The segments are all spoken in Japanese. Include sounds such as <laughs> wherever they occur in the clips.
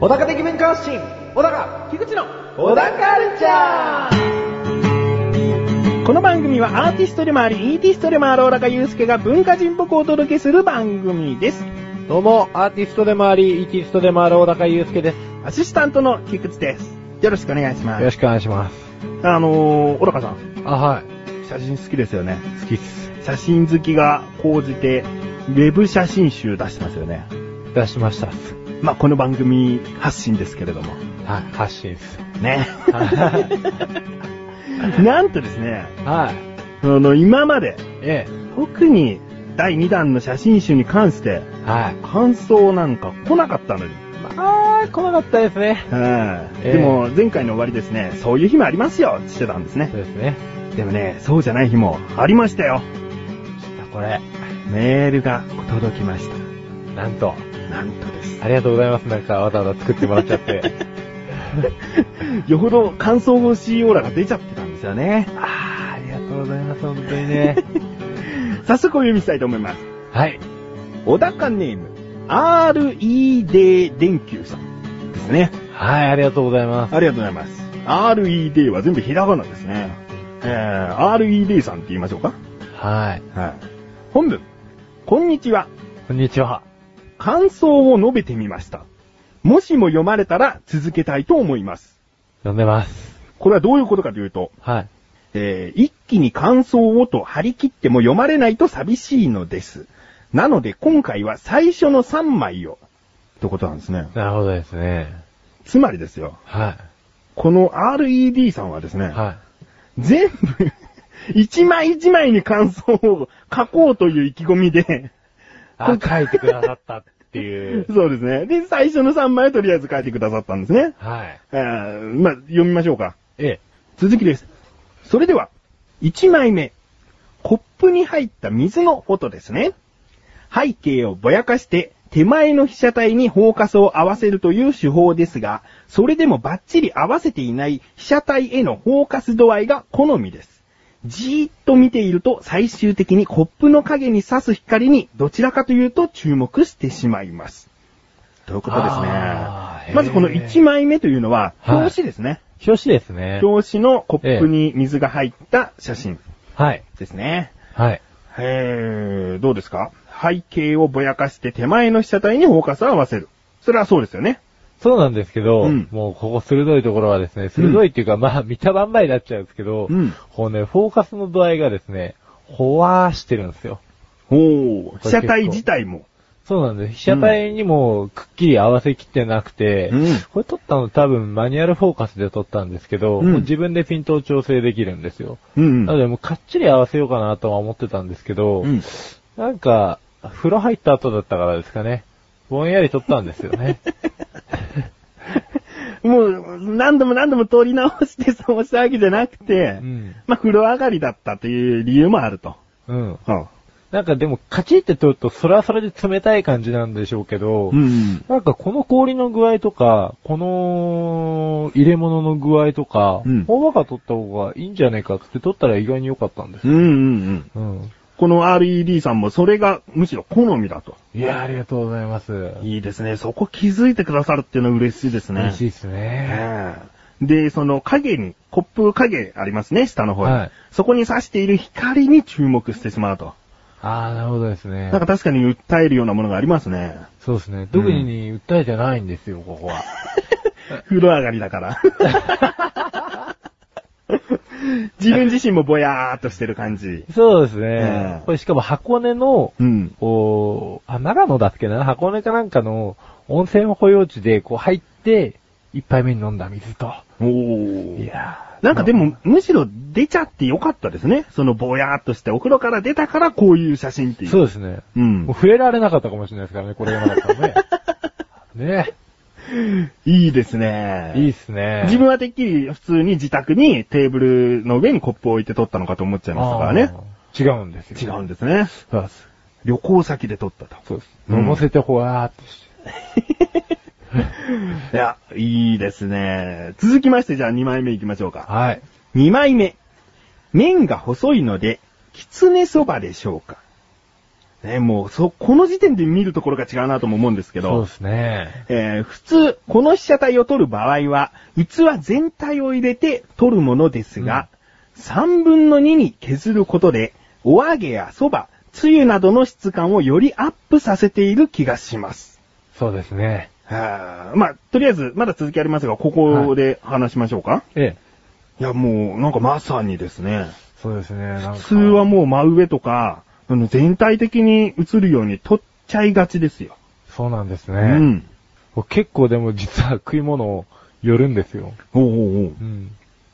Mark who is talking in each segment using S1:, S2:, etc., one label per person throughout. S1: 小高的文化発信小高菊池の小高カルチャー
S2: この番組はアーティストでもあり、イーティストでもある小高祐介が文化人っぽくお届けする番組です。
S1: どうも、アーティストでもあり、イキストでもある小高祐介です。
S2: アシスタントの菊池です。よろしくお願いしま
S1: よろ
S2: す。
S1: しくお願いします。
S2: あのー、小高さん、
S1: あ、はい。
S2: 写真好きですよね。
S1: 好きっす。
S2: 写真好きが高じて、ウェブ写真集出してますよね。
S1: 出しましたっす。
S2: まあ、この番組発信ですけれども。
S1: はい、発信っす。
S2: ね。
S1: は
S2: <laughs> なんとですね、
S1: い。は
S2: あ
S1: い。
S2: の、今まで、
S1: え
S2: 特に第2弾の写真集に関して、
S1: え。はい。
S2: 感想なんか来なかったのに。
S1: まあ、来なかったですね。
S2: はい
S1: ええ
S2: でも、前回の終わりですね、そういう日もありますよってしてたんですね
S1: そう。ですね。
S2: でもね、そうじゃない日もありましたよ。
S1: 来た、これ。
S2: メールが届きました。
S1: なんと。
S2: なんと
S1: <laughs>
S2: です。
S1: ありがとうございます。なんか、わざわざ作ってもらっちゃ <laughs> って。
S2: よほど感想欲しいオーラが出ちゃってたんですよね。
S1: ああ、ありがとうございます。本当にね。
S2: 早速お読みしたいと思います。
S1: はい。
S2: 小高ネーム、RED 電球さんですね。
S1: はい、ありがとうございます。
S2: ありがとうございます。RED は全部ひらがなですね。えー、RED さんって言いましょうか。
S1: はい。
S2: はい。本文、こんにちは。
S1: こんにちは。
S2: 感想を述べてみました。もしも読まれたら続けたいと思います。
S1: 呼んでます。
S2: これはどういうことかというと、
S1: はい。
S2: えー一気に感想をと張り切っても読まれないと寂しいのです。なので今回は最初の3枚を。ってことなんですね。
S1: なるほどですね。
S2: つまりですよ。
S1: は
S2: この RED さんはですね、
S1: い。 <laughs> は
S2: 全部、 <laughs> 一枚一枚に感想を書こうという意気込みで、
S1: い。あ、書いてくださったって <laughs> いう。
S2: そうですね。で、最初の3枚をとりあえず書いてくださったんですね。
S1: はい。
S2: えーまあ、読みましょうか。
S1: ええ。
S2: 続きです。それでは、1枚目。コップに入った水の音ですね。背景をぼやかして、手前の被写体にフォーカスを合わせるという手法ですが、それでもバッチリ合わせていない被写体へのフォーカス度合いが好みです。じーっと見ていると最終的にコップの影に差す光にどちらかというと注目してしまいます。ということです
S1: あーへ
S2: ね。
S1: ー
S2: まずこの1枚目というのは、
S1: はい
S2: 表紙ですね。
S1: 表紙ですね。
S2: 表紙のコップに水が入った写真
S1: はい。
S2: ですね。
S1: はい。
S2: えー、どうですか背景をぼやかして手前の被写体にフォーカスを合わせる。それはそうですよね。
S1: そうなんですけど、
S2: うん
S1: もうここ鋭いところはですね、鋭いっていうか、まあ見たまんまになっちゃうんですけど、
S2: うん
S1: こうね、フォーカスの度合いがですね、ほわーしてるんですよ。
S2: おー、被
S1: 結構
S2: 写体自体も。
S1: そうなんです。被写体にもくっきり合わせきってなくて、
S2: うん
S1: これ撮ったの多分マニュアルフォーカスで撮ったんですけど、
S2: うん
S1: もう自分でピントを調整できるんですよ。
S2: うん
S1: なのでもうかっちり合わせようかなとは思ってたんですけど、
S2: うん。
S1: なんか、風呂入った後だったからですかね。ぼんやり撮ったんですよ
S2: <laughs>
S1: ね。
S2: もう、何度も何度も撮り直してそうしたわけじゃなくて、
S1: うん
S2: まあ、風呂上がりだったという理由もあると。
S1: うん。
S2: うん。
S1: なんかでも、カチって撮ると、それはそれで冷たい感じなんでしょうけど、
S2: うん。
S1: なんかこの氷の具合とか、この入れ物の具合とか、
S2: うん
S1: ほんわか撮った方がいいんじゃねえかって撮ったら意外に良かったんです
S2: うんう
S1: よ。
S2: んうん。
S1: うん。
S2: この RED さんもそれがむしろ好みだと。
S1: いやーありがとうございます。
S2: いいですね。そこ気づいてくださるっていうのは嬉しいですね。
S1: 嬉しいですね。
S2: ええで、その影に、コップ影ありますね、下の方に。
S1: はい
S2: そこに差している光に注目してしまうと。
S1: あー、なるほどですね
S2: なん。か確かに訴えるようなものがありますね。
S1: そうですね。特に訴えてないんですよ、ここは。
S2: 風呂上がりだから。
S1: <laughs>
S2: 自分自身もぼやーっとしてる感じ。
S1: そうです
S2: え
S1: ね
S2: え。
S1: これしかも箱根の、
S2: うん。
S1: こう、あ、長野だっけな箱根かなんかの温泉保養地で、こう入って、一杯目に飲んだ水と。
S2: おー。
S1: いやー
S2: なんかで、も、むしろ出ちゃってよかったですね。そのぼやーっとして、お風呂から出たからこういう写真っていう。。
S1: そううですね。
S2: うん
S1: もう。触れられなかったかもしれないですからね、これがなかったらね。
S2: <laughs>
S1: ね
S2: いいですね。
S1: いいっすね。
S2: 自分はてっきり普通に自宅にテーブルの上にコップを置いて撮ったのかと思っちゃいましたからね。
S1: あー。違うんです
S2: 違
S1: よ。
S2: うん
S1: で
S2: ですね。
S1: す。そうです。
S2: 旅行先で撮ったと。
S1: <laughs> そうです。
S2: うん
S1: 飲ませてほわーっとして。
S2: いや、いいですね。続きましてじゃあ2枚目行きましょうか。
S1: はい。
S2: 2枚目。麺が細いので、きつねそばでしょうか。ね、もう、そ、この時点で見るところが違うなとも思うんですけ
S1: そう
S2: ど
S1: で、すね。
S2: えー普通、この被写体を撮る場合は、器全体を入れて撮るものですが、3分の2に削ることで、お揚げやそば、つゆなどの質感をよりアップさせている気がします。
S1: そうですね。
S2: はあまあ、とりあえず、まだ続きありますが、ここで話しましょうか。
S1: ええ。
S2: いや、もう、なんかまさにですね。
S1: そうですね。なんか
S2: 普通はもう真上とか、あの全体的に映るように撮っちゃいがちですよ。
S1: そうなんですね。
S2: うん。
S1: 僕結構でも実は食い物を寄るんですよ。
S2: おうおうおう
S1: うん。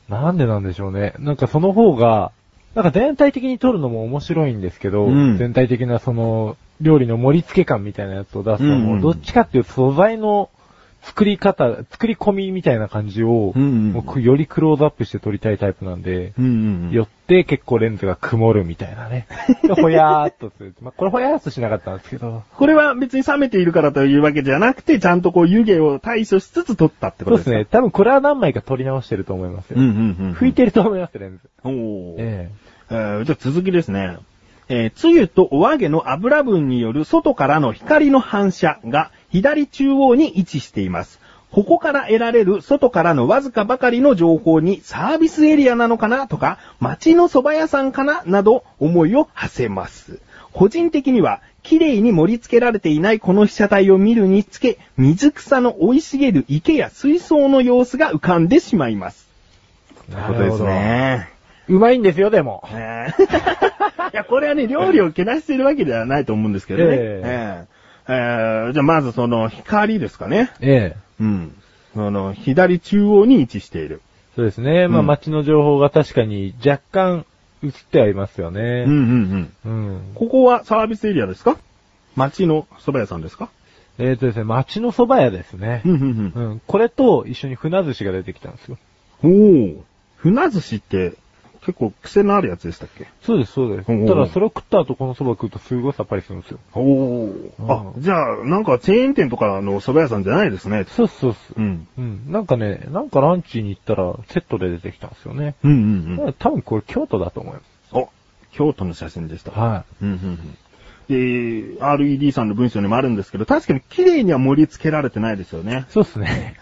S1: なんでなんでしょうね。なんかその方が、なんか全体的に撮るのも面白いんですけど、
S2: うん
S1: 全体的なその、料理の盛り付け感みたいなやつを出すと、
S2: うんう
S1: も
S2: ん
S1: うどっちかっていうと素材の作り方、作り込みみたいな感じを、
S2: うんうん
S1: もうよりクローズアップして撮りたいタイプなんで、
S2: うんうんうん。
S1: よって結構レンズが曇るみたい
S2: <laughs>
S1: なね。ほやーっとする。まあ、これほやーっとしなかったんですけど。
S2: これは別に冷めているからというわけじゃなくて、ちゃんとこう湯気を対処しつつ撮ったってこ
S1: そ
S2: とで
S1: うで
S2: すす
S1: ね。
S2: ね。
S1: 多分これは何枚か撮り直してると思いますよ。
S2: んうんう
S1: 拭い。てると思います、レンズ。
S2: おうえ
S1: え
S2: ーじゃあ続きですね。えーつゆとお揚げの油分による外からの光の反射が左中央に位置しています。ここから得られる外からのわずかばかりの情報にサービスエリアなのかなとか、街の蕎麦屋さんかななど思いを馳せます。個人的には、綺麗に盛り付けられていないこの被写体を見るにつけ、水草の生い茂る池や水槽の様子が浮かんでしまいます。
S1: え
S2: ということです。ね。
S1: うまいんですよ、でも。
S2: ねえ <laughs> いや、これはね、料理をけなしてるわけではないと思うんですけどね。
S1: え
S2: えええーじゃあ、まずその、光ですかね。
S1: ええ。
S2: うん。その、左中央に位置している。
S1: そうですね。まあ、
S2: うん
S1: 街の情報が確かに若干映ってはいますよ
S2: うんうん
S1: ね。
S2: うん。
S1: うん。
S2: ここはサービスエリアですか町の蕎麦屋さんですか
S1: えっ、とですね、街の蕎麦屋ですね。
S2: んうん
S1: うん。これと一緒に船寿司が出てきたんですよ。
S2: うん。おー船寿司って、結構癖のあるやつでしたっけ
S1: そうです、そうです。
S2: おうおう
S1: ただ、それを食った後この蕎麦食うとすごいさっぱりするんですよ。
S2: おお。あ、
S1: うん
S2: じゃあ、なんかチェーン店とかの蕎麦屋さんじゃないですね。
S1: そうそうそう。
S2: ん。
S1: うん。なんかね、なんかランチに行ったらセットで出てきたんですよね。
S2: うんうん
S1: だから多分これ京都だと思いま
S2: お、京都の写真でし
S1: す。
S2: た。
S1: は
S2: うんうんうん。で、RED さんの文章にもあるんですけど、確かに綺麗には盛り付けられてないですよね
S1: い。。そうですね。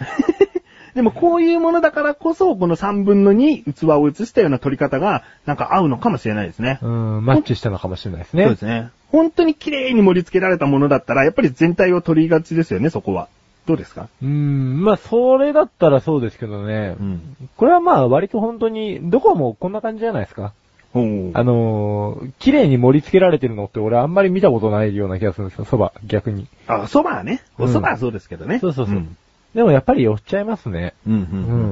S2: でもこういうものだからこそ、この3分の2器を移したような取り方が、なんか合うのかもしれないですね。
S1: うん、マッチしたのかもしれないですね。
S2: そうですね。本当に綺麗に盛り付けられたものだったら、やっぱり全体を取りがちですよね、そこは。どうですか
S1: うーん、まあ、それだったらそうですけどね。
S2: ん。
S1: これはまあ、割と本当に、どこもこんな感じじゃないですか。
S2: おー
S1: あのー、綺麗に盛り付けられてるのって俺あんまり見たことないような気がするんですよ、そば、逆に。
S2: あ、そばはね。お
S1: うん
S2: そばはそうですけどね。
S1: そうそうそう。
S2: ん
S1: でもやっぱり寄っちゃいますね。
S2: うんう。
S1: うん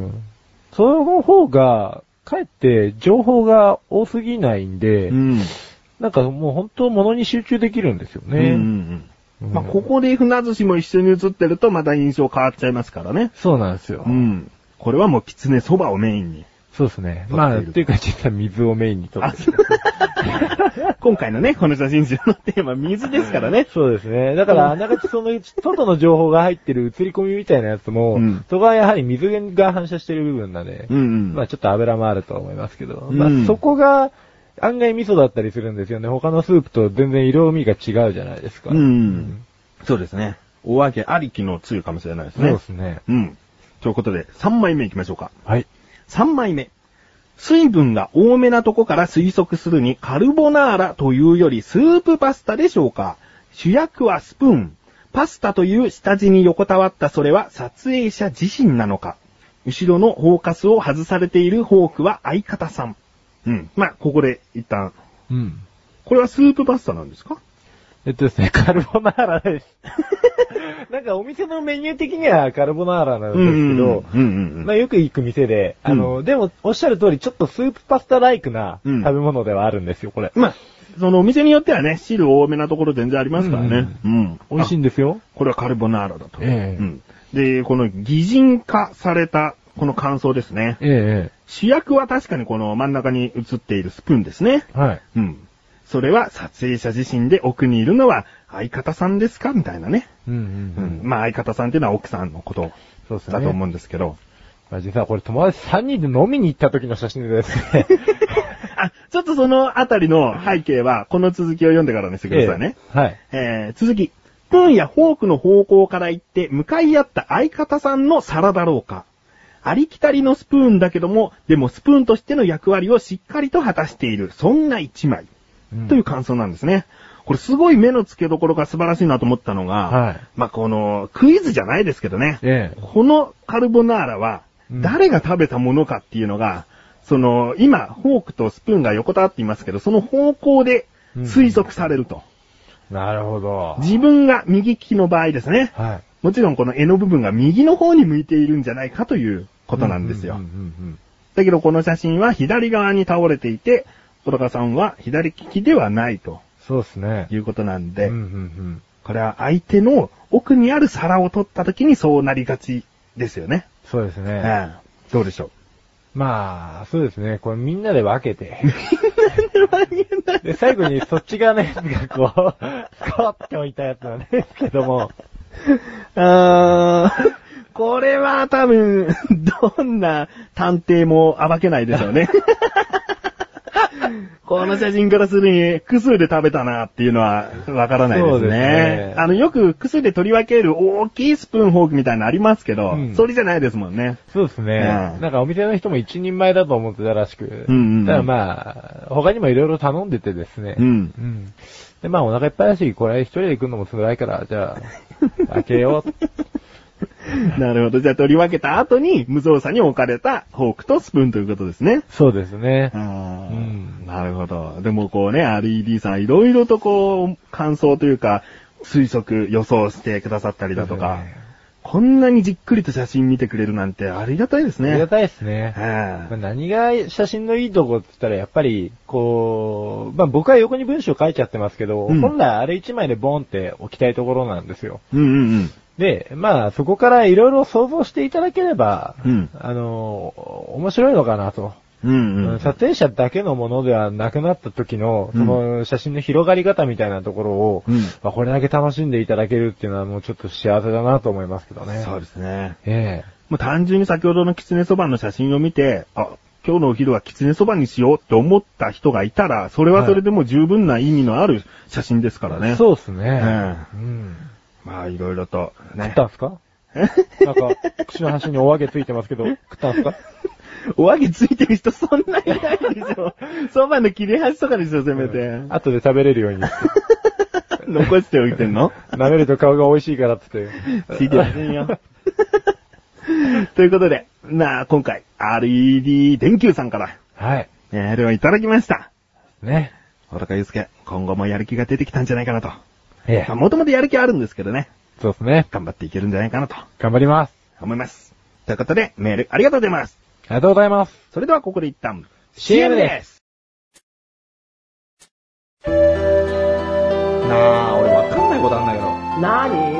S1: ん。その方が、かえって情報が多すぎないんで、
S2: うん。
S1: なんかもう本当物に集中できるんですよ
S2: うんう
S1: ね。
S2: んう。
S1: うんん
S2: まあ、ここで船寿司も一緒に写ってると、また印象変わっちゃいますからね。
S1: そうなんですよ。
S2: うん。これはもう狐そばをメインに。
S1: そうですね。
S2: 撮っている
S1: まあ、っていうか実は水をメインにとってる。
S2: <laughs> 今回のね、この写真集のテーマ、水ですからね。
S1: そうですね。だから、あながちその、外の情報が入ってる映り込みみたいなやつも、
S2: うん
S1: そこはやはり水が反射してる部分なんで、
S2: ん
S1: まあちょっと油もあるとは思いますけど、
S2: うん
S1: まあそこが案外味噌だったりするんですよね。他のスープと全然色味が違うじゃないですか。
S2: うんそうですね。お揚げありきのつゆかもしれないです
S1: そう
S2: ね。
S1: ですね。
S2: うん。ということで、3枚目行きましょうか。
S1: はい。
S2: 3枚目。水分が多めなとこから推測するにカルボナーラというよりスープパスタでしょうか主役はスプーン。パスタという下地に横たわったそれは撮影者自身なのか後ろのフォーカスを外されているフォークは相方さん。うん。まあ、ここで一旦。
S1: うん。
S2: これはスープパスタなんですか
S1: えっとですね、 <laughs> カルボナー
S2: <laughs>
S1: ラです。なんかお店のメニュー的にはカルボナーラなんですけど、
S2: うんうんうん
S1: まあよく行く店で、あの、でもおっしゃる通りちょっとスープパスタライクな
S2: うん
S1: 食べ物ではあるんですよ、これ。
S2: まあ、そのお店によってはね、汁多めなところ全然ありますからね。うん。
S1: 美味しいんですよ。
S2: これはカルボナーラだと。
S1: ええ
S2: うん、で、この擬人化された、この感想ですね。
S1: え
S2: 主役は確かにこの真ん中に映っているスプーンですね。
S1: えはい。
S2: うん。それは撮影者自身で奥にいるのは相方さんですかみたいなね。
S1: うんうん
S2: う
S1: うんん。。
S2: まあ相方さんっていうのは奥さんのこと
S1: そうですね。
S2: だと思うんですけど。 <laughs>
S1: まあ、実はこれ友達3人で飲みに行った時の写真ですね。
S2: <laughs> ちょっとそのあたりの背景は、この続きを読んでからにしてくださいね。
S1: <laughs> ええ。はい。
S2: えー、続き。スプーンやフォークの方向から行って、向かい合った相方さんの皿だろうか。ありきたりのスプーンだけども、でもスプーンとしての役割をしっかりと果たしている。そんな一枚。
S1: うん
S2: という感想なんですね。これすごい目の付けどころが素晴らしいなと思ったのが、
S1: はい
S2: まあ、この、クイズじゃないですけどね。
S1: ええ
S2: このカルボナーラは、
S1: うん
S2: 誰が食べたものかっていうのが、その、今、フォークとスプーンが横たわっていますけど、その方向で推測されると。
S1: なるほど。
S2: 自分が右利きの場合ですね。
S1: はい。
S2: もちろんこの柄の部分が右の方に向いているんじゃないかということなんですよ。
S1: うんうん
S2: だけどこの写真は左側に倒れていて、小高さんは左利きではないと
S1: そうですね。
S2: いうことなん
S1: う
S2: で、
S1: んうん
S2: これは相手の奥にある皿を取った時にそうなりがちですよね。
S1: そうですね。
S2: うんどうでしょ <laughs> う。
S1: まあ、そうですね。これみんなで分けて。
S2: ない
S1: で、最後にそっち側のやつがこう、こうって置いたやつなんですけども。
S2: あー、 <laughs> これは多分、 <laughs> どんな探偵も暴けないでしょう
S1: <laughs>
S2: ね。この写真からするに、複数で食べたなっていうのはわからないですね。
S1: そうですね
S2: あの、よく複数で取り分ける大きいスプーンフォークみたいなのありますけど、
S1: うん
S2: それじゃないですもんね。
S1: そうですね。
S2: うん
S1: なんかお店の人も一人前だと思ってたらしく。
S2: うんうんうん
S1: ただまあ、他にもいろいろ頼んでてですね。
S2: うん <laughs>
S1: うん。で、まあお腹いっぱいだし、これ一人で食うのも辛いから、じゃ <laughs> あ、開けよう。
S2: なるほど。じゃあ取り分けた後に、無造作に置かれたフォークとスプーンということですね。
S1: そうですね。
S2: あー
S1: うん
S2: なるほど。でもこうね、RED さんいろいろとこう、感想というか、推測、予想してくださったりだとか、こんなにじっくりと写真見てくれるなんてありがたいです
S1: あ
S2: ね。
S1: りがたいですね。まあ
S2: え
S1: 何が写真のいいとこって言ったら、やっぱり、こう、まあ僕は横に文章書いちゃってますけど、
S2: うん
S1: 本来あれ一枚でボンって置きたいところなんですよ。
S2: えうんうん
S1: で、まあそこからいろいろ想像していただければ、
S2: うん
S1: あの、面白いのかなと。
S2: うん。うんうん。
S1: 撮影者だけのものではなくなった時の、その写真の広がり方みたいなところを、
S2: うん
S1: まあこれだけ楽しんでいただけるっていうのはもうちょっと幸せだなと思いますけどね。
S2: そうですね。
S1: ええ
S2: もう単純に先ほどのキツネそばの写真を見て、あ、今日のお昼はキツネそばにしようって思った人がいたら、それはそれでも十分な意味のある写真ですからね。う。
S1: そうですね。
S2: え
S1: うん。
S2: まあいろいろと、
S1: 食っ
S2: ね。
S1: たんす
S2: <laughs>
S1: かなんか、口の端にお揚げついてますけど、食ったんすか
S2: <laughs> お揚げついてる人そんないないでし <laughs> ょ。そばの切れ端とかでしょ、せめて。
S1: 後で食べれるように。
S2: 残しておいてん <laughs> の
S1: 舐めると顔が美味しいからって言って。
S2: ついてませんよ。 <laughs> ということで、なあ、今回、RED 電球さんから、
S1: はい。
S2: メールをいただきました。
S1: ね。
S2: 小高祐介、今後もやる気が出てきたんじゃないかなと。
S1: ええ。
S2: もともとやる気あるんですけどね、
S1: そうですね。
S2: 頑張っていけるんじゃないかなと
S1: 頑張ります。
S2: 思います。ということで、メールありがとうございます。
S1: ありがとうございます。
S2: それではここで一旦、。
S1: CM ですなあ、俺わかんないことあんだけど。
S3: なに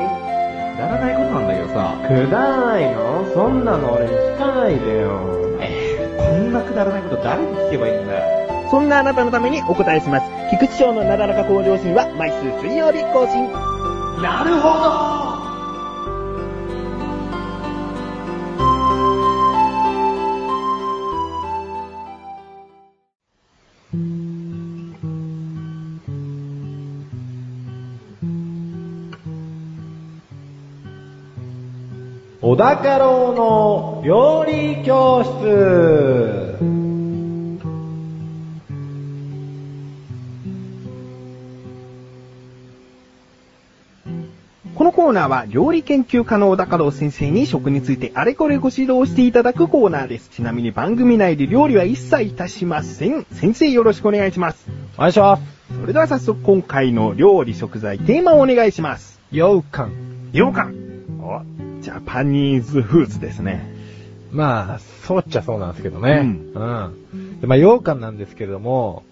S1: くだらないことなんだけどさ。
S3: くだらないのそんなの俺に聞かないでよ。
S1: こんなくだらないこと誰に聞けばいいんだよ。
S2: そんなあなたのためにお答えします。菊池賞のなだらか向上心は毎週水曜日更新。
S3: なるほ
S1: 小高郎の料理教室。
S2: このコーナーは料理研究家の小高郎先生に食についてあれこれご指導していただくコーナーです。ちなみに番組内で料理は一切いたしません。先生よろしくお願いします。
S1: お願いします。
S2: それでは早速今回の料理食材テーマをお願いします。
S1: 羊羹。
S2: 羊羹。お、ジャパニーズフーズですね。
S1: まあ、そうっちゃそうなんですけどね。
S2: う
S1: うん。でまあ、羊羹なんですけれども、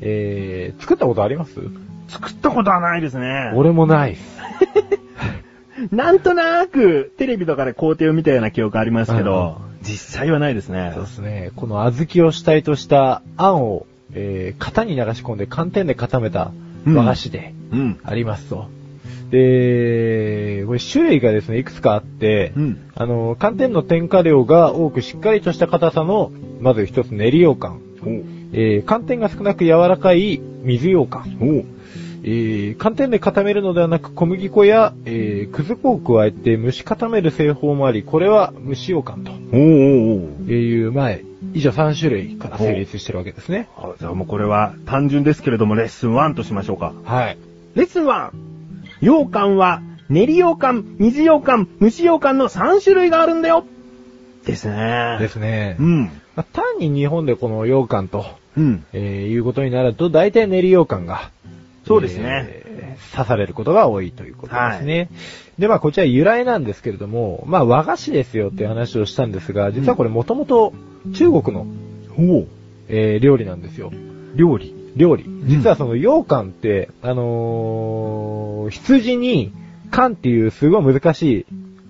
S1: えー、作ったことあります
S2: 作ったことはないですね。
S1: 俺もないっす。
S2: なんとなくテレビとかで工程を見たような記憶ありますけど、実際はないですね
S1: そう。ですね。この小豆を主体としたあんを、えー、型に流し込んで寒天で固めた和菓子で
S2: うん。
S1: ありますと。で、これ種類がですね、いくつかあって、
S2: うん。
S1: あの、寒天の添加量が多くしっかりとした硬さの、まず一つ練り羊羹。
S2: お
S1: えー寒天が少なく柔らかい水羊羹。
S2: おう。
S1: えー寒天で固めるのではなく小麦粉や、えー、くず粉を加えて蒸し固める製法もあり、これは蒸し羊羹と
S2: おうおう
S1: いう前、以上3種類から成立してるわけですね。
S2: おう。あじゃあもうこれは単純ですけれどもレッスン1としましょうか。
S1: はい。
S2: レッスン 1! 羊羹は、練り羊羹、水羊羹、蒸し羊羹の3種類があるんだよですね。
S1: ですね
S2: う。ん。
S1: まあ単に日本でこの羊羹と、
S2: うん。
S1: えーいうことになると、大体練り羊羹が、
S2: そうですね。
S1: えー刺されることが多いということですね。で、まあ、こちら由来なんですけれども、まあ、和菓子ですよっていう話をしたんですが、実はこれもともと中国の、
S2: ほう。
S1: えー料理なんですよ。
S2: 料理。
S1: 料理。実はその羊羹って、あのー羊に缶っていうすごい難しい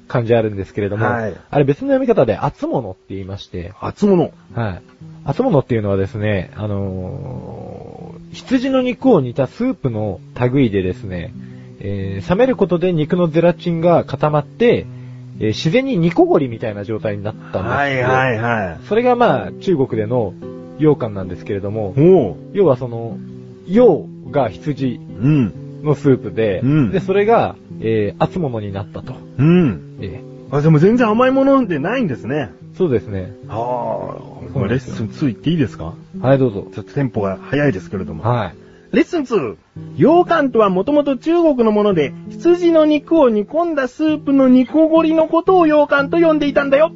S1: 漢字あるんですけれども、
S2: はい
S1: あれ別の読み方で厚物って言いまして、
S2: 厚物。
S1: はい。厚物っていうのはですね、あのー羊の肉を煮たスープの類でですね、えー冷めることで肉のゼラチンが固まって、えー自然に煮こごりみたいな状態になったんです。
S2: はいはいいはい。
S1: それがまあ、中国での羊羹なんですけれども、
S2: ほ
S1: 要はその、羊が羊
S2: う。うん。
S1: のスープで、
S2: うん
S1: で、それが、えー、厚物になったと。
S2: うん。
S1: え
S2: あ、でも全然甘いものでないんですね。
S1: ーそうですね。
S2: は
S1: そうなん
S2: レッ
S1: ですよ
S2: スン2行っていいですか
S1: はい、どうぞ。
S2: ちょっとテンポが早いですけれども。
S1: はい。
S2: レッスン 2! 羊羹とはもともと中国のもので、羊の肉を煮込んだスープの煮こごりのことを羊羹と呼んでいたんだよ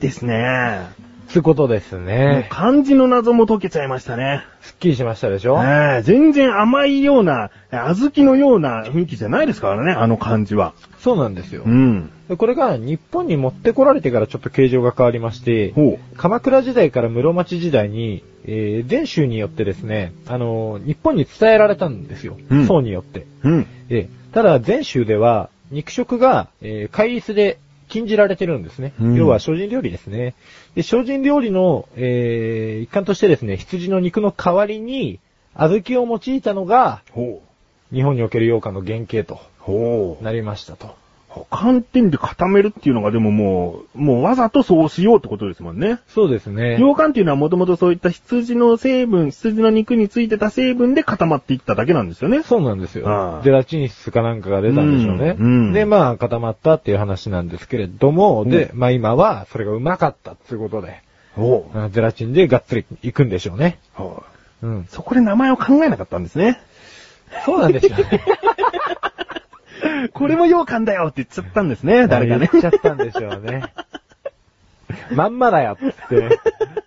S2: ですね。
S1: つうことです
S2: もう
S1: ね。
S2: 漢字の謎も解けちゃいましたね。
S1: すっきりしましたでしょ、
S2: ええ全然甘いような、え小豆のような雰囲気じゃないですからね、あの漢字は。
S1: そうなんですよ
S2: う。ん。
S1: でこれが日本に持ってこられてからちょっと形状が変わりまして、
S2: ほ
S1: 鎌倉時代から室町時代に、えー、伝州によってですね、あのー日本に伝えられたんですよ。
S2: うん
S1: 宋によって。
S2: う。うん。
S1: えーただ、前州では、肉食が、えー、戒律で禁じられてるんですね。
S2: うん
S1: 要は、精進料理ですね。で、精進料理の、えー一環としてですね、羊の肉の代わりに、小豆を用いたのが、
S2: ほう。
S1: 日本における羊羹の原型
S2: ほ
S1: となりましたと。
S2: う。寒天で固めるっていうのがでももう、もうわざとそうしようってことですもんね。
S1: そうですね。
S2: 羊羹っていうのはもともとそういった羊の成分、羊の肉についてた成分で固まっていっただけなんですよね。
S1: そうなんです
S2: あ
S1: よ
S2: あ。
S1: ゼラチン質かなんかが出たんでしょうね。
S2: うんうん
S1: で、まあ、固まったっていう話なんですけれども、で、まあ今は、それがうまかったっていうことで、
S2: ほ
S1: あゼラチンでがっつりいくんでしょうね。
S2: う。
S1: うん。
S2: そこで名前を考えなかったんですね。
S1: そうなんですよ <laughs> ね。
S2: これも羊羹だよって言っちゃったんですね、誰かね。
S1: 言っちゃったんでしょうね。 <laughs> まんまだよっつって。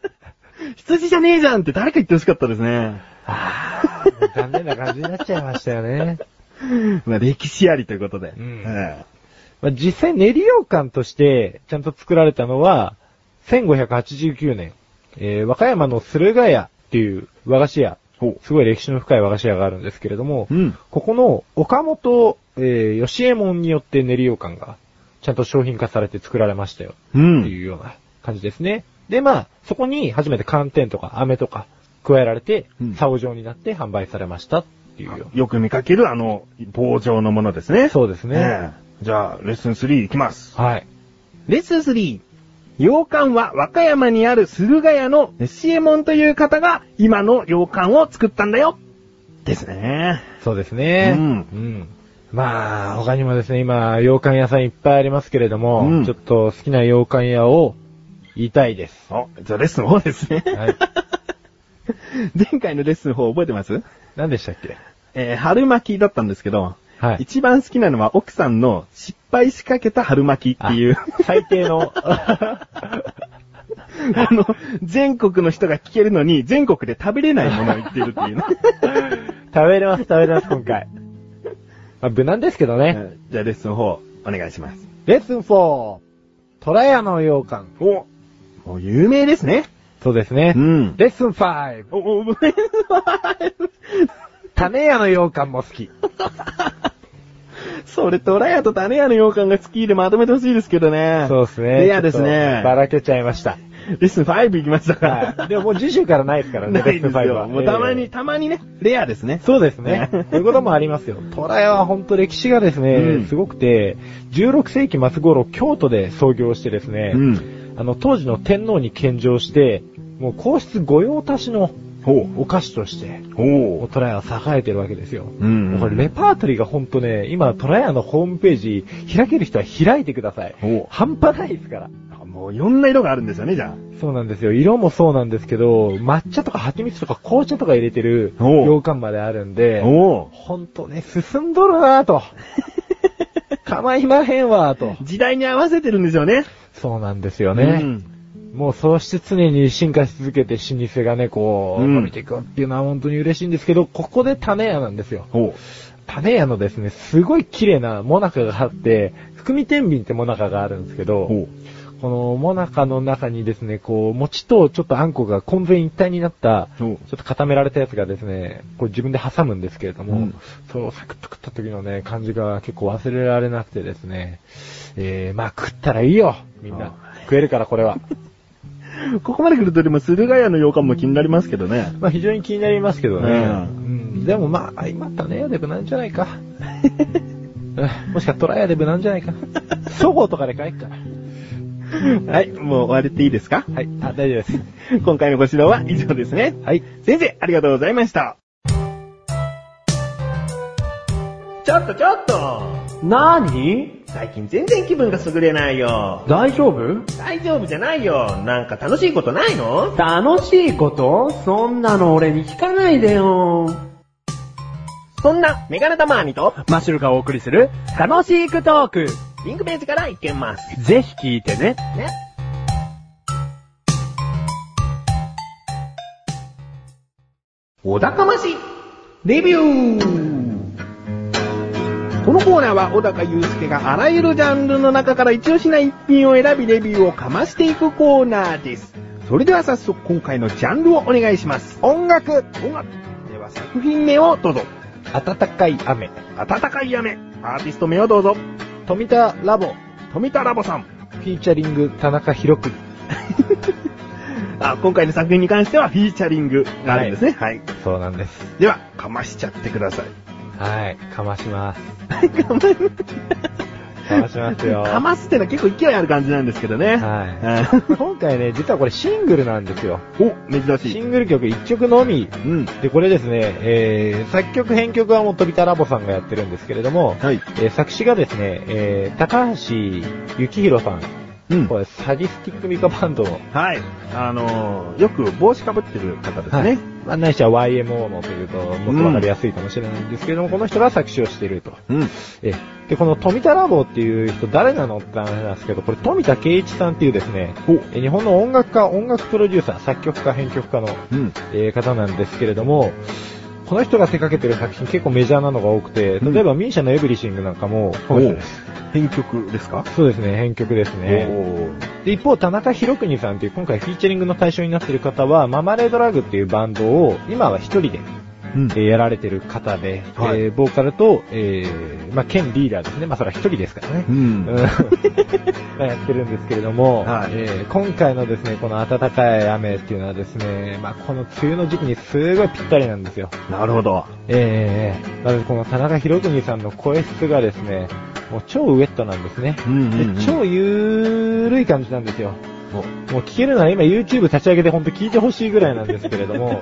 S2: <laughs> 羊じゃねえじゃんって誰か言ってほしかったですね。
S1: ああ、 <laughs> 残念な感じになっちゃいましたよね。
S2: <laughs> まあ歴史ありということで。
S1: うん
S2: え
S1: まあ、実際練り羊羹としてちゃんと作られたのは、1589年、えー和歌山の駿河屋っていう和菓子屋、
S2: えほう。
S1: すごい歴史の深い和菓子屋があるんですけれども、
S2: うん
S1: ここの岡本、えー、吉右衛門によって練り羊羹がちゃんと商品化されて作られましたよ、
S2: う
S1: って
S2: ん。
S1: いうような感じですね。で、まあ、そこに初めて寒天とか飴とか加えられて
S2: う、ん
S1: 竿状になって販売されましたっていうよう
S2: よく見かけるあの、棒状のものですね。
S1: な。そうですね。
S2: ええじゃあ、レッスン3いきます。
S1: はい。
S2: レッスン3。洋館は和歌山にある駿河屋のシエモンという方が今の洋館を作ったんだよですね。
S1: そうですね。
S2: うん
S1: んまあ、他にもですね、今、洋館屋さんいっぱいありますけれども、
S2: うん
S1: ちょっと好きな洋館屋を言いたいです。
S2: あ、じゃあレッスン4ですね。
S1: はい。
S2: <laughs> 前回のレッスン4覚えてます
S1: 何でしたっけ
S2: えー春巻きだったんですけど、
S1: はい。
S2: 一番好きなのは奥さんの失敗しかけた春巻きっていう、
S1: あ最低
S2: <laughs>
S1: の。
S2: あの、全国の人が聞けるのに全国で食べれないものを言ってるって
S1: <laughs>
S2: いうね。
S1: 食べれます、食べれます、今回。 <laughs> まあ、無難ですけど
S2: え
S1: ね。
S2: ーじゃあレッスン4お願いします。
S1: レッスン4、虎屋の洋館。
S2: おもう有名ですね。
S1: そうですね。
S2: ん。
S1: レッスン 5!
S2: <laughs> お、お、お
S1: 種屋の羊羹も好き。
S2: それ、トラヤとタネヤの羊羹が好きでまとめてほしいですけどね。
S1: そうですね。
S2: レアですね。
S1: ばらけちゃいました。
S2: レッスン5行きましたから。<laughs>
S1: <laughs> はい。でももう次週からないですからね、
S2: な
S1: レ
S2: い
S1: ッス
S2: で
S1: ン
S2: す
S1: 5
S2: よ。
S1: は。
S2: もうたまに、
S1: ええ
S2: たまにね、レアですね。
S1: そうですね。そういうこともあ
S2: <laughs>
S1: りますよ。トラヤは本当歴史がですね、
S2: うん
S1: すごくて、16世紀末頃京都で創業してですね、
S2: ん。
S1: あの、当時の天皇に献上して、もう皇室御用達の
S2: ほう。
S1: お菓子として、
S2: ほう。
S1: トラヤは栄えてるわけですよ。
S2: うん
S1: これレパートリーがほんとね、今トラヤのホームページ開ける人は開いてください
S2: ほ。う
S1: 半端ないですから。
S2: もういろんな色があるんですよね、じゃあ。
S1: そうなんですよ。色もそうなんですけど、抹茶とか蜂蜜とか紅茶とか入れてる
S2: おう
S1: 洋館まであるんで、
S2: お
S1: ほんとね、進んどるなぁ <laughs> と。構いまへんわぁと。
S2: 時代に合わせてるんですよね。
S1: そうなんですよね。もうそうして常に進化し続けて老舗がね、こう、
S2: うん
S1: 伸びていくっていうのは本当に嬉しいんですけど、ここで種屋なんですよ。
S2: ほ
S1: 種屋のですね、すごい綺麗なモナカがあって、含み天秤ってモナカがあるんですけ
S2: う
S1: ど、
S2: ほ
S1: このモナカの中にですね、こう、餅とちょっとあんこが混然一体になった、
S2: う。ほう。
S1: ちょっと固められたやつがですね、こう自分で挟むんですけれども、
S2: うん
S1: それをサクッと食った時のね、感じが結構忘れられなくてですね、えー、まあ食ったらいいよ、みん
S2: あ
S1: な。食えるからこれは。
S2: ここまで来るとでも駿河屋の洋館も気になりますけどね。
S1: まあ非常に気になりますけどね。
S2: う
S1: うんん。でもまあ、今種屋デブなんじゃないか。 <laughs> うんもしかトライアデブなんじゃないか。そごうとかで買えっから。
S2: はい、もう終われていいですか
S1: はい。あ、大丈夫です。
S2: 今回のご指導は以上ですね。
S1: はい。
S2: 先生、ありがとうございました。ちょっとちょっと
S3: なに
S2: 最近全然気分が優れないよ。
S3: 大丈夫
S2: 大丈夫じゃないよ。なんか楽しいことないの
S3: 楽しいことそんなの俺に聞かないでよ。
S2: そんな、メガネタマーニと、
S3: マシュルがお送りする、楽しいクトーク。
S2: リンクページからいけます。
S3: ぜひ聞いてね。
S2: ね。お高まし、レビューこのコーナーは小高祐介があらゆるジャンルの中から一押しな一品を選びレビューをかましていくコーナーです。それでは早速今回のジャンルをお願いします。
S1: 音楽
S2: 音楽では作品名をどうぞ。
S1: 暖かい雨。
S2: 暖かい雨。アーティスト名をどうぞ。
S1: 富田ラボ。
S2: 富田ラボさん。
S1: フィーチャリング田中博く
S2: あ今回の作品に関してはフィーチャリングがあるんですね。はい
S1: そうなんです。
S2: では、かましちゃってください。
S1: はい。かまします。
S2: <laughs> かま
S1: <laughs> かましますよ。
S2: かますってのは結構勢いある感じなんですけどね。
S1: は
S2: う
S1: い。 <laughs> 今回ね、実はこれシングルなんですよ。
S2: んお、珍し
S1: シ
S2: い。
S1: ングル曲1曲のみ
S2: うん。
S1: で、これですね、えー、作曲編曲はもう飛田ラボさんがやってるんですけれども、
S2: はい。
S1: えー作詞がですね、えー、高橋幸宏さん、
S2: うん。
S1: これサディスティックミカバンドの、
S2: はい。あのー、よく帽子かぶってる方です
S1: はい
S2: ね。
S1: まあ、ないしは YMO のというと、もっとわかりやすいかもしれないんですけれども、この人が作詞をしていると。
S2: うん。
S1: えーで、この富田ラボっていう人誰なのって話なんですけど、これ富田圭一さんっていうですね、
S2: ほ
S1: えー日本の音楽家、音楽プロデューサー、作曲家、編曲家の
S2: うん。
S1: えー方なんですけれども、この人が手掛けてる作品結構メジャーなのが多くて、
S2: うん
S1: 例えばミーシャのエブリシングなんかも、
S2: おう
S1: す。
S2: 編曲ですか
S1: そうですね、編曲です
S2: お
S1: ね。で、一方、田中博国さんという今回フィーチャリングの対象になっている方は、ママレードラグっていうバンドを今は一人で、
S2: うん
S1: えーやられてる方で、
S2: はい
S1: えーボーカルと、えー、まあ、兼リーダーですね。まあ、それは一人ですからね。
S2: うん。
S1: うんまあやってるん <laughs> ですけれども、
S2: はい
S1: えー今回のですね、この暖かい雨っていうのはですね、まあ、この梅雨の時期にすごいぴったりなんですよ。
S2: なるほど。
S1: えー、なのでこの田中博文さんの声質がですね、もう超ウェットなんですね。
S2: うん
S1: で超ゆるい感じなんですよ。
S2: お
S1: もう聞けるのは今 YouTube 立ち上げてほんと聞いてほしいぐらいなんですけれども、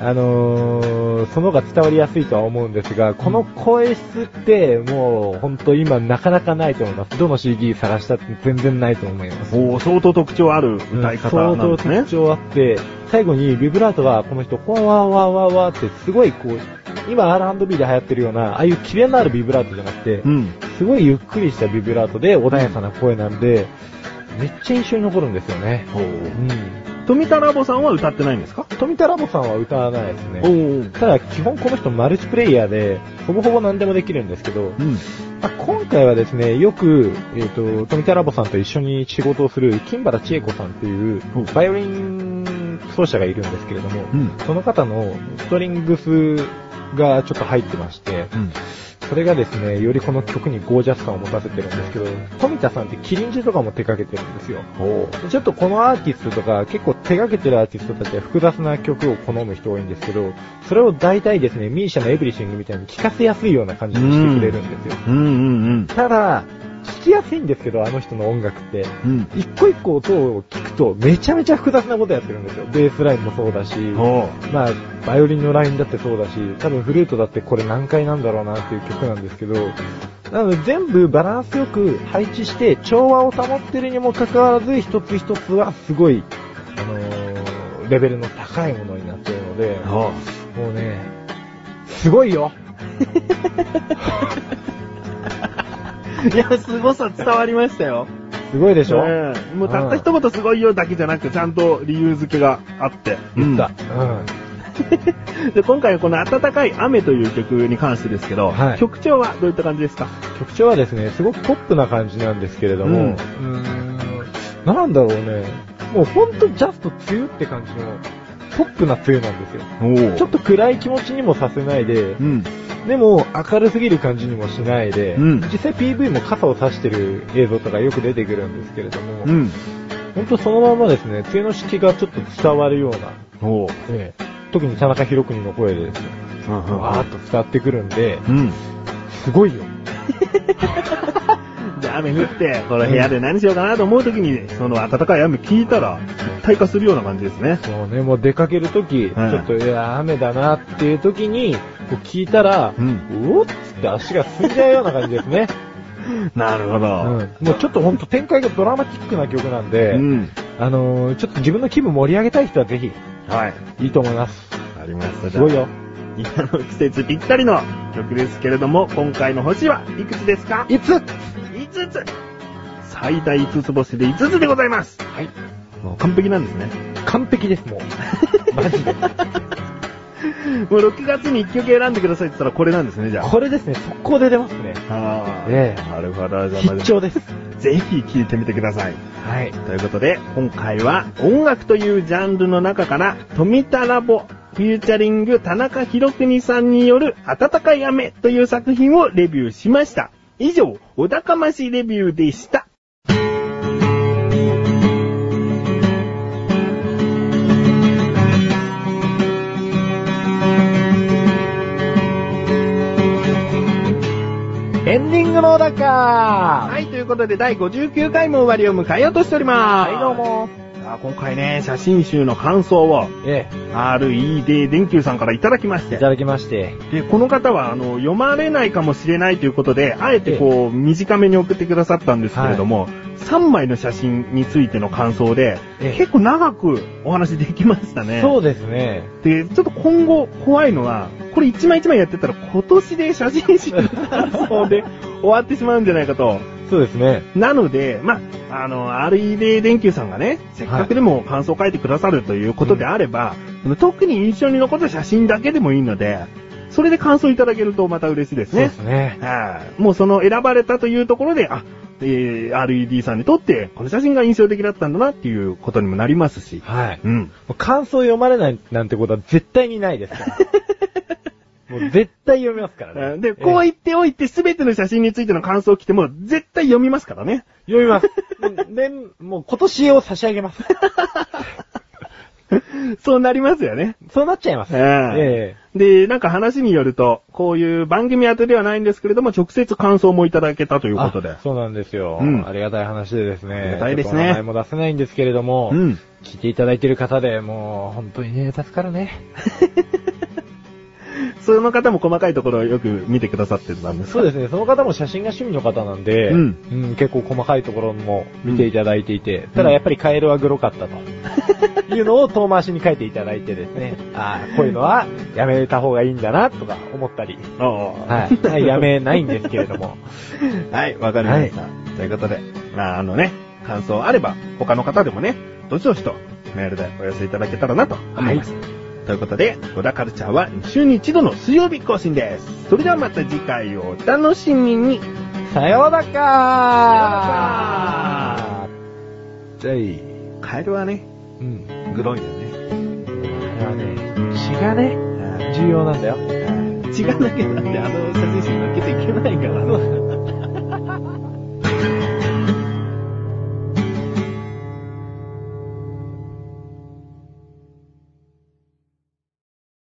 S1: あのー、その方が伝わりやすいとは思うんですが、この声質ってもうほんと今なかなかないと思います。どの CD 探したって全然ないと思います。
S2: おー相当特徴ある歌い方なんですね
S1: 相当特。徴あって、最後にビブラートがこの人、わわわわわってすごいこう、今 R&B で流行ってるような、ああいうキレのあるビブラートじゃなくて、
S2: うん。
S1: すごいゆっくりしたビブラートで穏やかな声なんで、めっちゃ印象に残るんですよね。
S2: お
S1: う
S2: ー
S1: ん。
S2: 富田ラボさんは歌ってないんですか
S1: 富田ラボさんは歌わないですね。
S2: ー
S1: ただ基本この人マルチプレイヤーで、ほぼほぼ何でもできるんですけど、
S2: うん。
S1: まあ今回はですね、よく、えっ、と、富田ラボさんと一緒に仕事をする、金原千恵子さんっていう
S2: うん、
S1: バイオリン奏者がいるんですけれども、
S2: うん。
S1: その方のストリングスがちょっと入ってまして、
S2: うん。
S1: それがですね、よりこの曲にゴージャス感を持たせてるんですけど、富田さんってキリンジとかも手掛けてるんですよ。
S2: お
S1: ちょっとこのアーティストとか、結構手掛けてるアーティストたちは複雑な曲を好む人多いんですけど、それを大体ですね、ミーシャのエブリシングみたいに聴かせやすいような感じにしてくれるんですよ。
S2: うんうんうん。
S1: ただ、聞きやすいんですけど、あの人の音楽って。
S2: うん。
S1: 一個一個音を聞くと、めちゃめちゃ複雑なことやってるんですよ。ベースラインもそうだし、
S2: おう。
S1: まあ、バイオリンのラインだってそうだし、多分フルートだってこれ何回なんだろうなっていう曲なんですけど、なので全部バランスよく配置して調和を保ってるにもかかわらず一つ一つはすごい、あのーレベルの高いものになってるので、
S2: おう。
S1: もうね、すごいよ
S2: いや、凄さ伝わりましたよ。
S1: すごいでしょ、
S2: うんもうたった一言すごいよだけじゃなく、ちゃんと理由付けがあって。
S1: 言った。うん。
S2: で、今回はこの暖かい雨という曲に関してですけど、
S1: はい
S2: 曲調はどういった感じですか
S1: 曲調はですね、すごくポップな感じなんですけれども、
S2: うん
S1: うーんなんだろうね、もうほんとジャスト梅雨って感じの、ポップな梅雨なんですよ。
S2: お
S1: ちょっと暗い気持ちにもさせないで
S2: う、ん。
S1: でも明るすぎる感じにもしないで、
S2: うん
S1: 実際 PV も傘を差してる映像とかよく出てくるんですけれども、
S2: うん。
S1: ほんとそのままですね、梅雨の式がちょっと伝わるような、
S2: おう。
S1: ええ特に田中宏国の声でですね、わーっと伝わってくるんで、
S2: うん。
S1: すごいよ。
S2: じゃあ雨降って、この部屋で何しようかなと思うときに、その暖かい雨聞いたら、一体化するような感じですね。
S1: そうね、もう出かけるとき、ちょっと、いや、雨だなっていうときに、こう聞いたら、
S2: う
S1: うんおっつって足が進んじゃうような感じです <laughs> ね。
S2: なるほ
S1: う
S2: ど。
S1: ん。もうちょっとほんと展開がドラマチックな曲なんで、
S2: うん。
S1: あのー、ちょっと自分の気分盛り上げたい人はぜひ、
S2: はい。
S1: いいと思います。
S2: ありました。
S1: すごい。よ。
S2: 今の季節ぴったりの曲ですけれども、今回の星はいくつですか
S1: いつは
S2: ?5 つ最大5つ星で5つでございます
S1: い。
S2: もう完璧なんですね。
S1: 完璧です、も <laughs> う。マジで。
S2: もう6月に1曲選んでくださいって言ったらこれなんですね、じゃあ。
S1: これですね、速攻で出ますね。
S2: あー
S1: ええ
S2: なるほど。じゃあま
S1: 必
S2: ず、
S1: 聴です。
S2: ぜひ聴いてみてください。
S1: はい。
S2: ということで、今回は音楽というジャンルの中から、富田ラボ、フューチャリング田中博国さんによる暖かい雨という作品をレビューしました。以上、お高ましレビューでした。
S1: エンディングのだか
S2: はい、ということで第59回も終わりを迎えようとしております。
S1: はい、どう。も。
S2: 今回ね、写真集の感想を
S1: え
S2: RED 電球さんからいただきまし
S1: え、い
S2: て
S1: た。だきまして。
S2: で、この方は、あの、読まれないかもしれないということで、あえてこう、短めに送ってくださったんですけれども、3枚の写真についての感想で、
S1: ええ
S2: 結構長くお話できましたね。
S1: そうです <laughs> ね。
S2: で、ちょっと今後怖いのは、これ1枚1枚やってたら今年で写真集の感想で終わってしまうんじゃないかと。
S1: そうですね。
S2: なので、まあ、あの、RED 電球さんがね、せっかくでも感想を書いてくださるということであれば、その特に印象に残った写真だけでもいいので、それで感想いただけるとまた嬉しいです
S1: そうで
S2: ね
S1: す。ね。
S2: はいもうその選ばれたというところで、あ、えー RED さんにとって、この写真が印象的だったんだなっていうことにもなりますし。
S1: はい。も
S2: うん。
S1: う感想読まれないなんてことは絶対にないです
S2: <laughs>
S1: から。もう絶対読みますからね。
S2: で、こう
S1: え
S2: 言っておいて、すべての写真についての感想を来ても、絶対読みますから
S1: <laughs>
S2: ね。
S1: え読みます。うんで、もう今年を差し上
S2: <laughs>
S1: げます。
S2: そうなりますよね。
S1: そうなっちゃいます。
S2: え
S1: え
S2: で、なんか話によると、こういう番組宛てではないんですけれども、直接感想もいただけたとい
S1: と
S2: うことで。
S1: そうなんですよ。
S2: うん
S1: ありがたい話でですね。
S2: ありがたいですね
S1: ちょっとお名前も出せないんですけれども、
S2: うん。
S1: 聞いていただいてる方でもう本当にね、助かるね。
S2: その方も細かいところをよく見てくださってたんです
S1: そうですね、その方も写真が趣味の方なんで、
S2: うん
S1: うん結構細かいところも見ていただいていて、ただやっぱりカエルはグロかったというのを遠回しに書いていただいてですね、ああ、こういうのはやめた方がいいんだなとか思ったり、
S2: す。おー
S1: はい、やめないんですけれども、
S2: はい、わかりました。ということで、まあ、あのね、感想あれば、他の方でもね、どしどしとメールでお寄せいただけたらなと思います。ということで、小田カルチャーは週に一度の水曜日更新です。それではまた次回をお楽しみに。
S1: さようだか
S2: さようだか
S1: じゃあいい。
S2: カエルはね、
S1: うん。
S2: グロいよね。
S1: あのね、血がね、重要なんだよ。
S2: 血がなけゃってあの写真集抜けていけないから。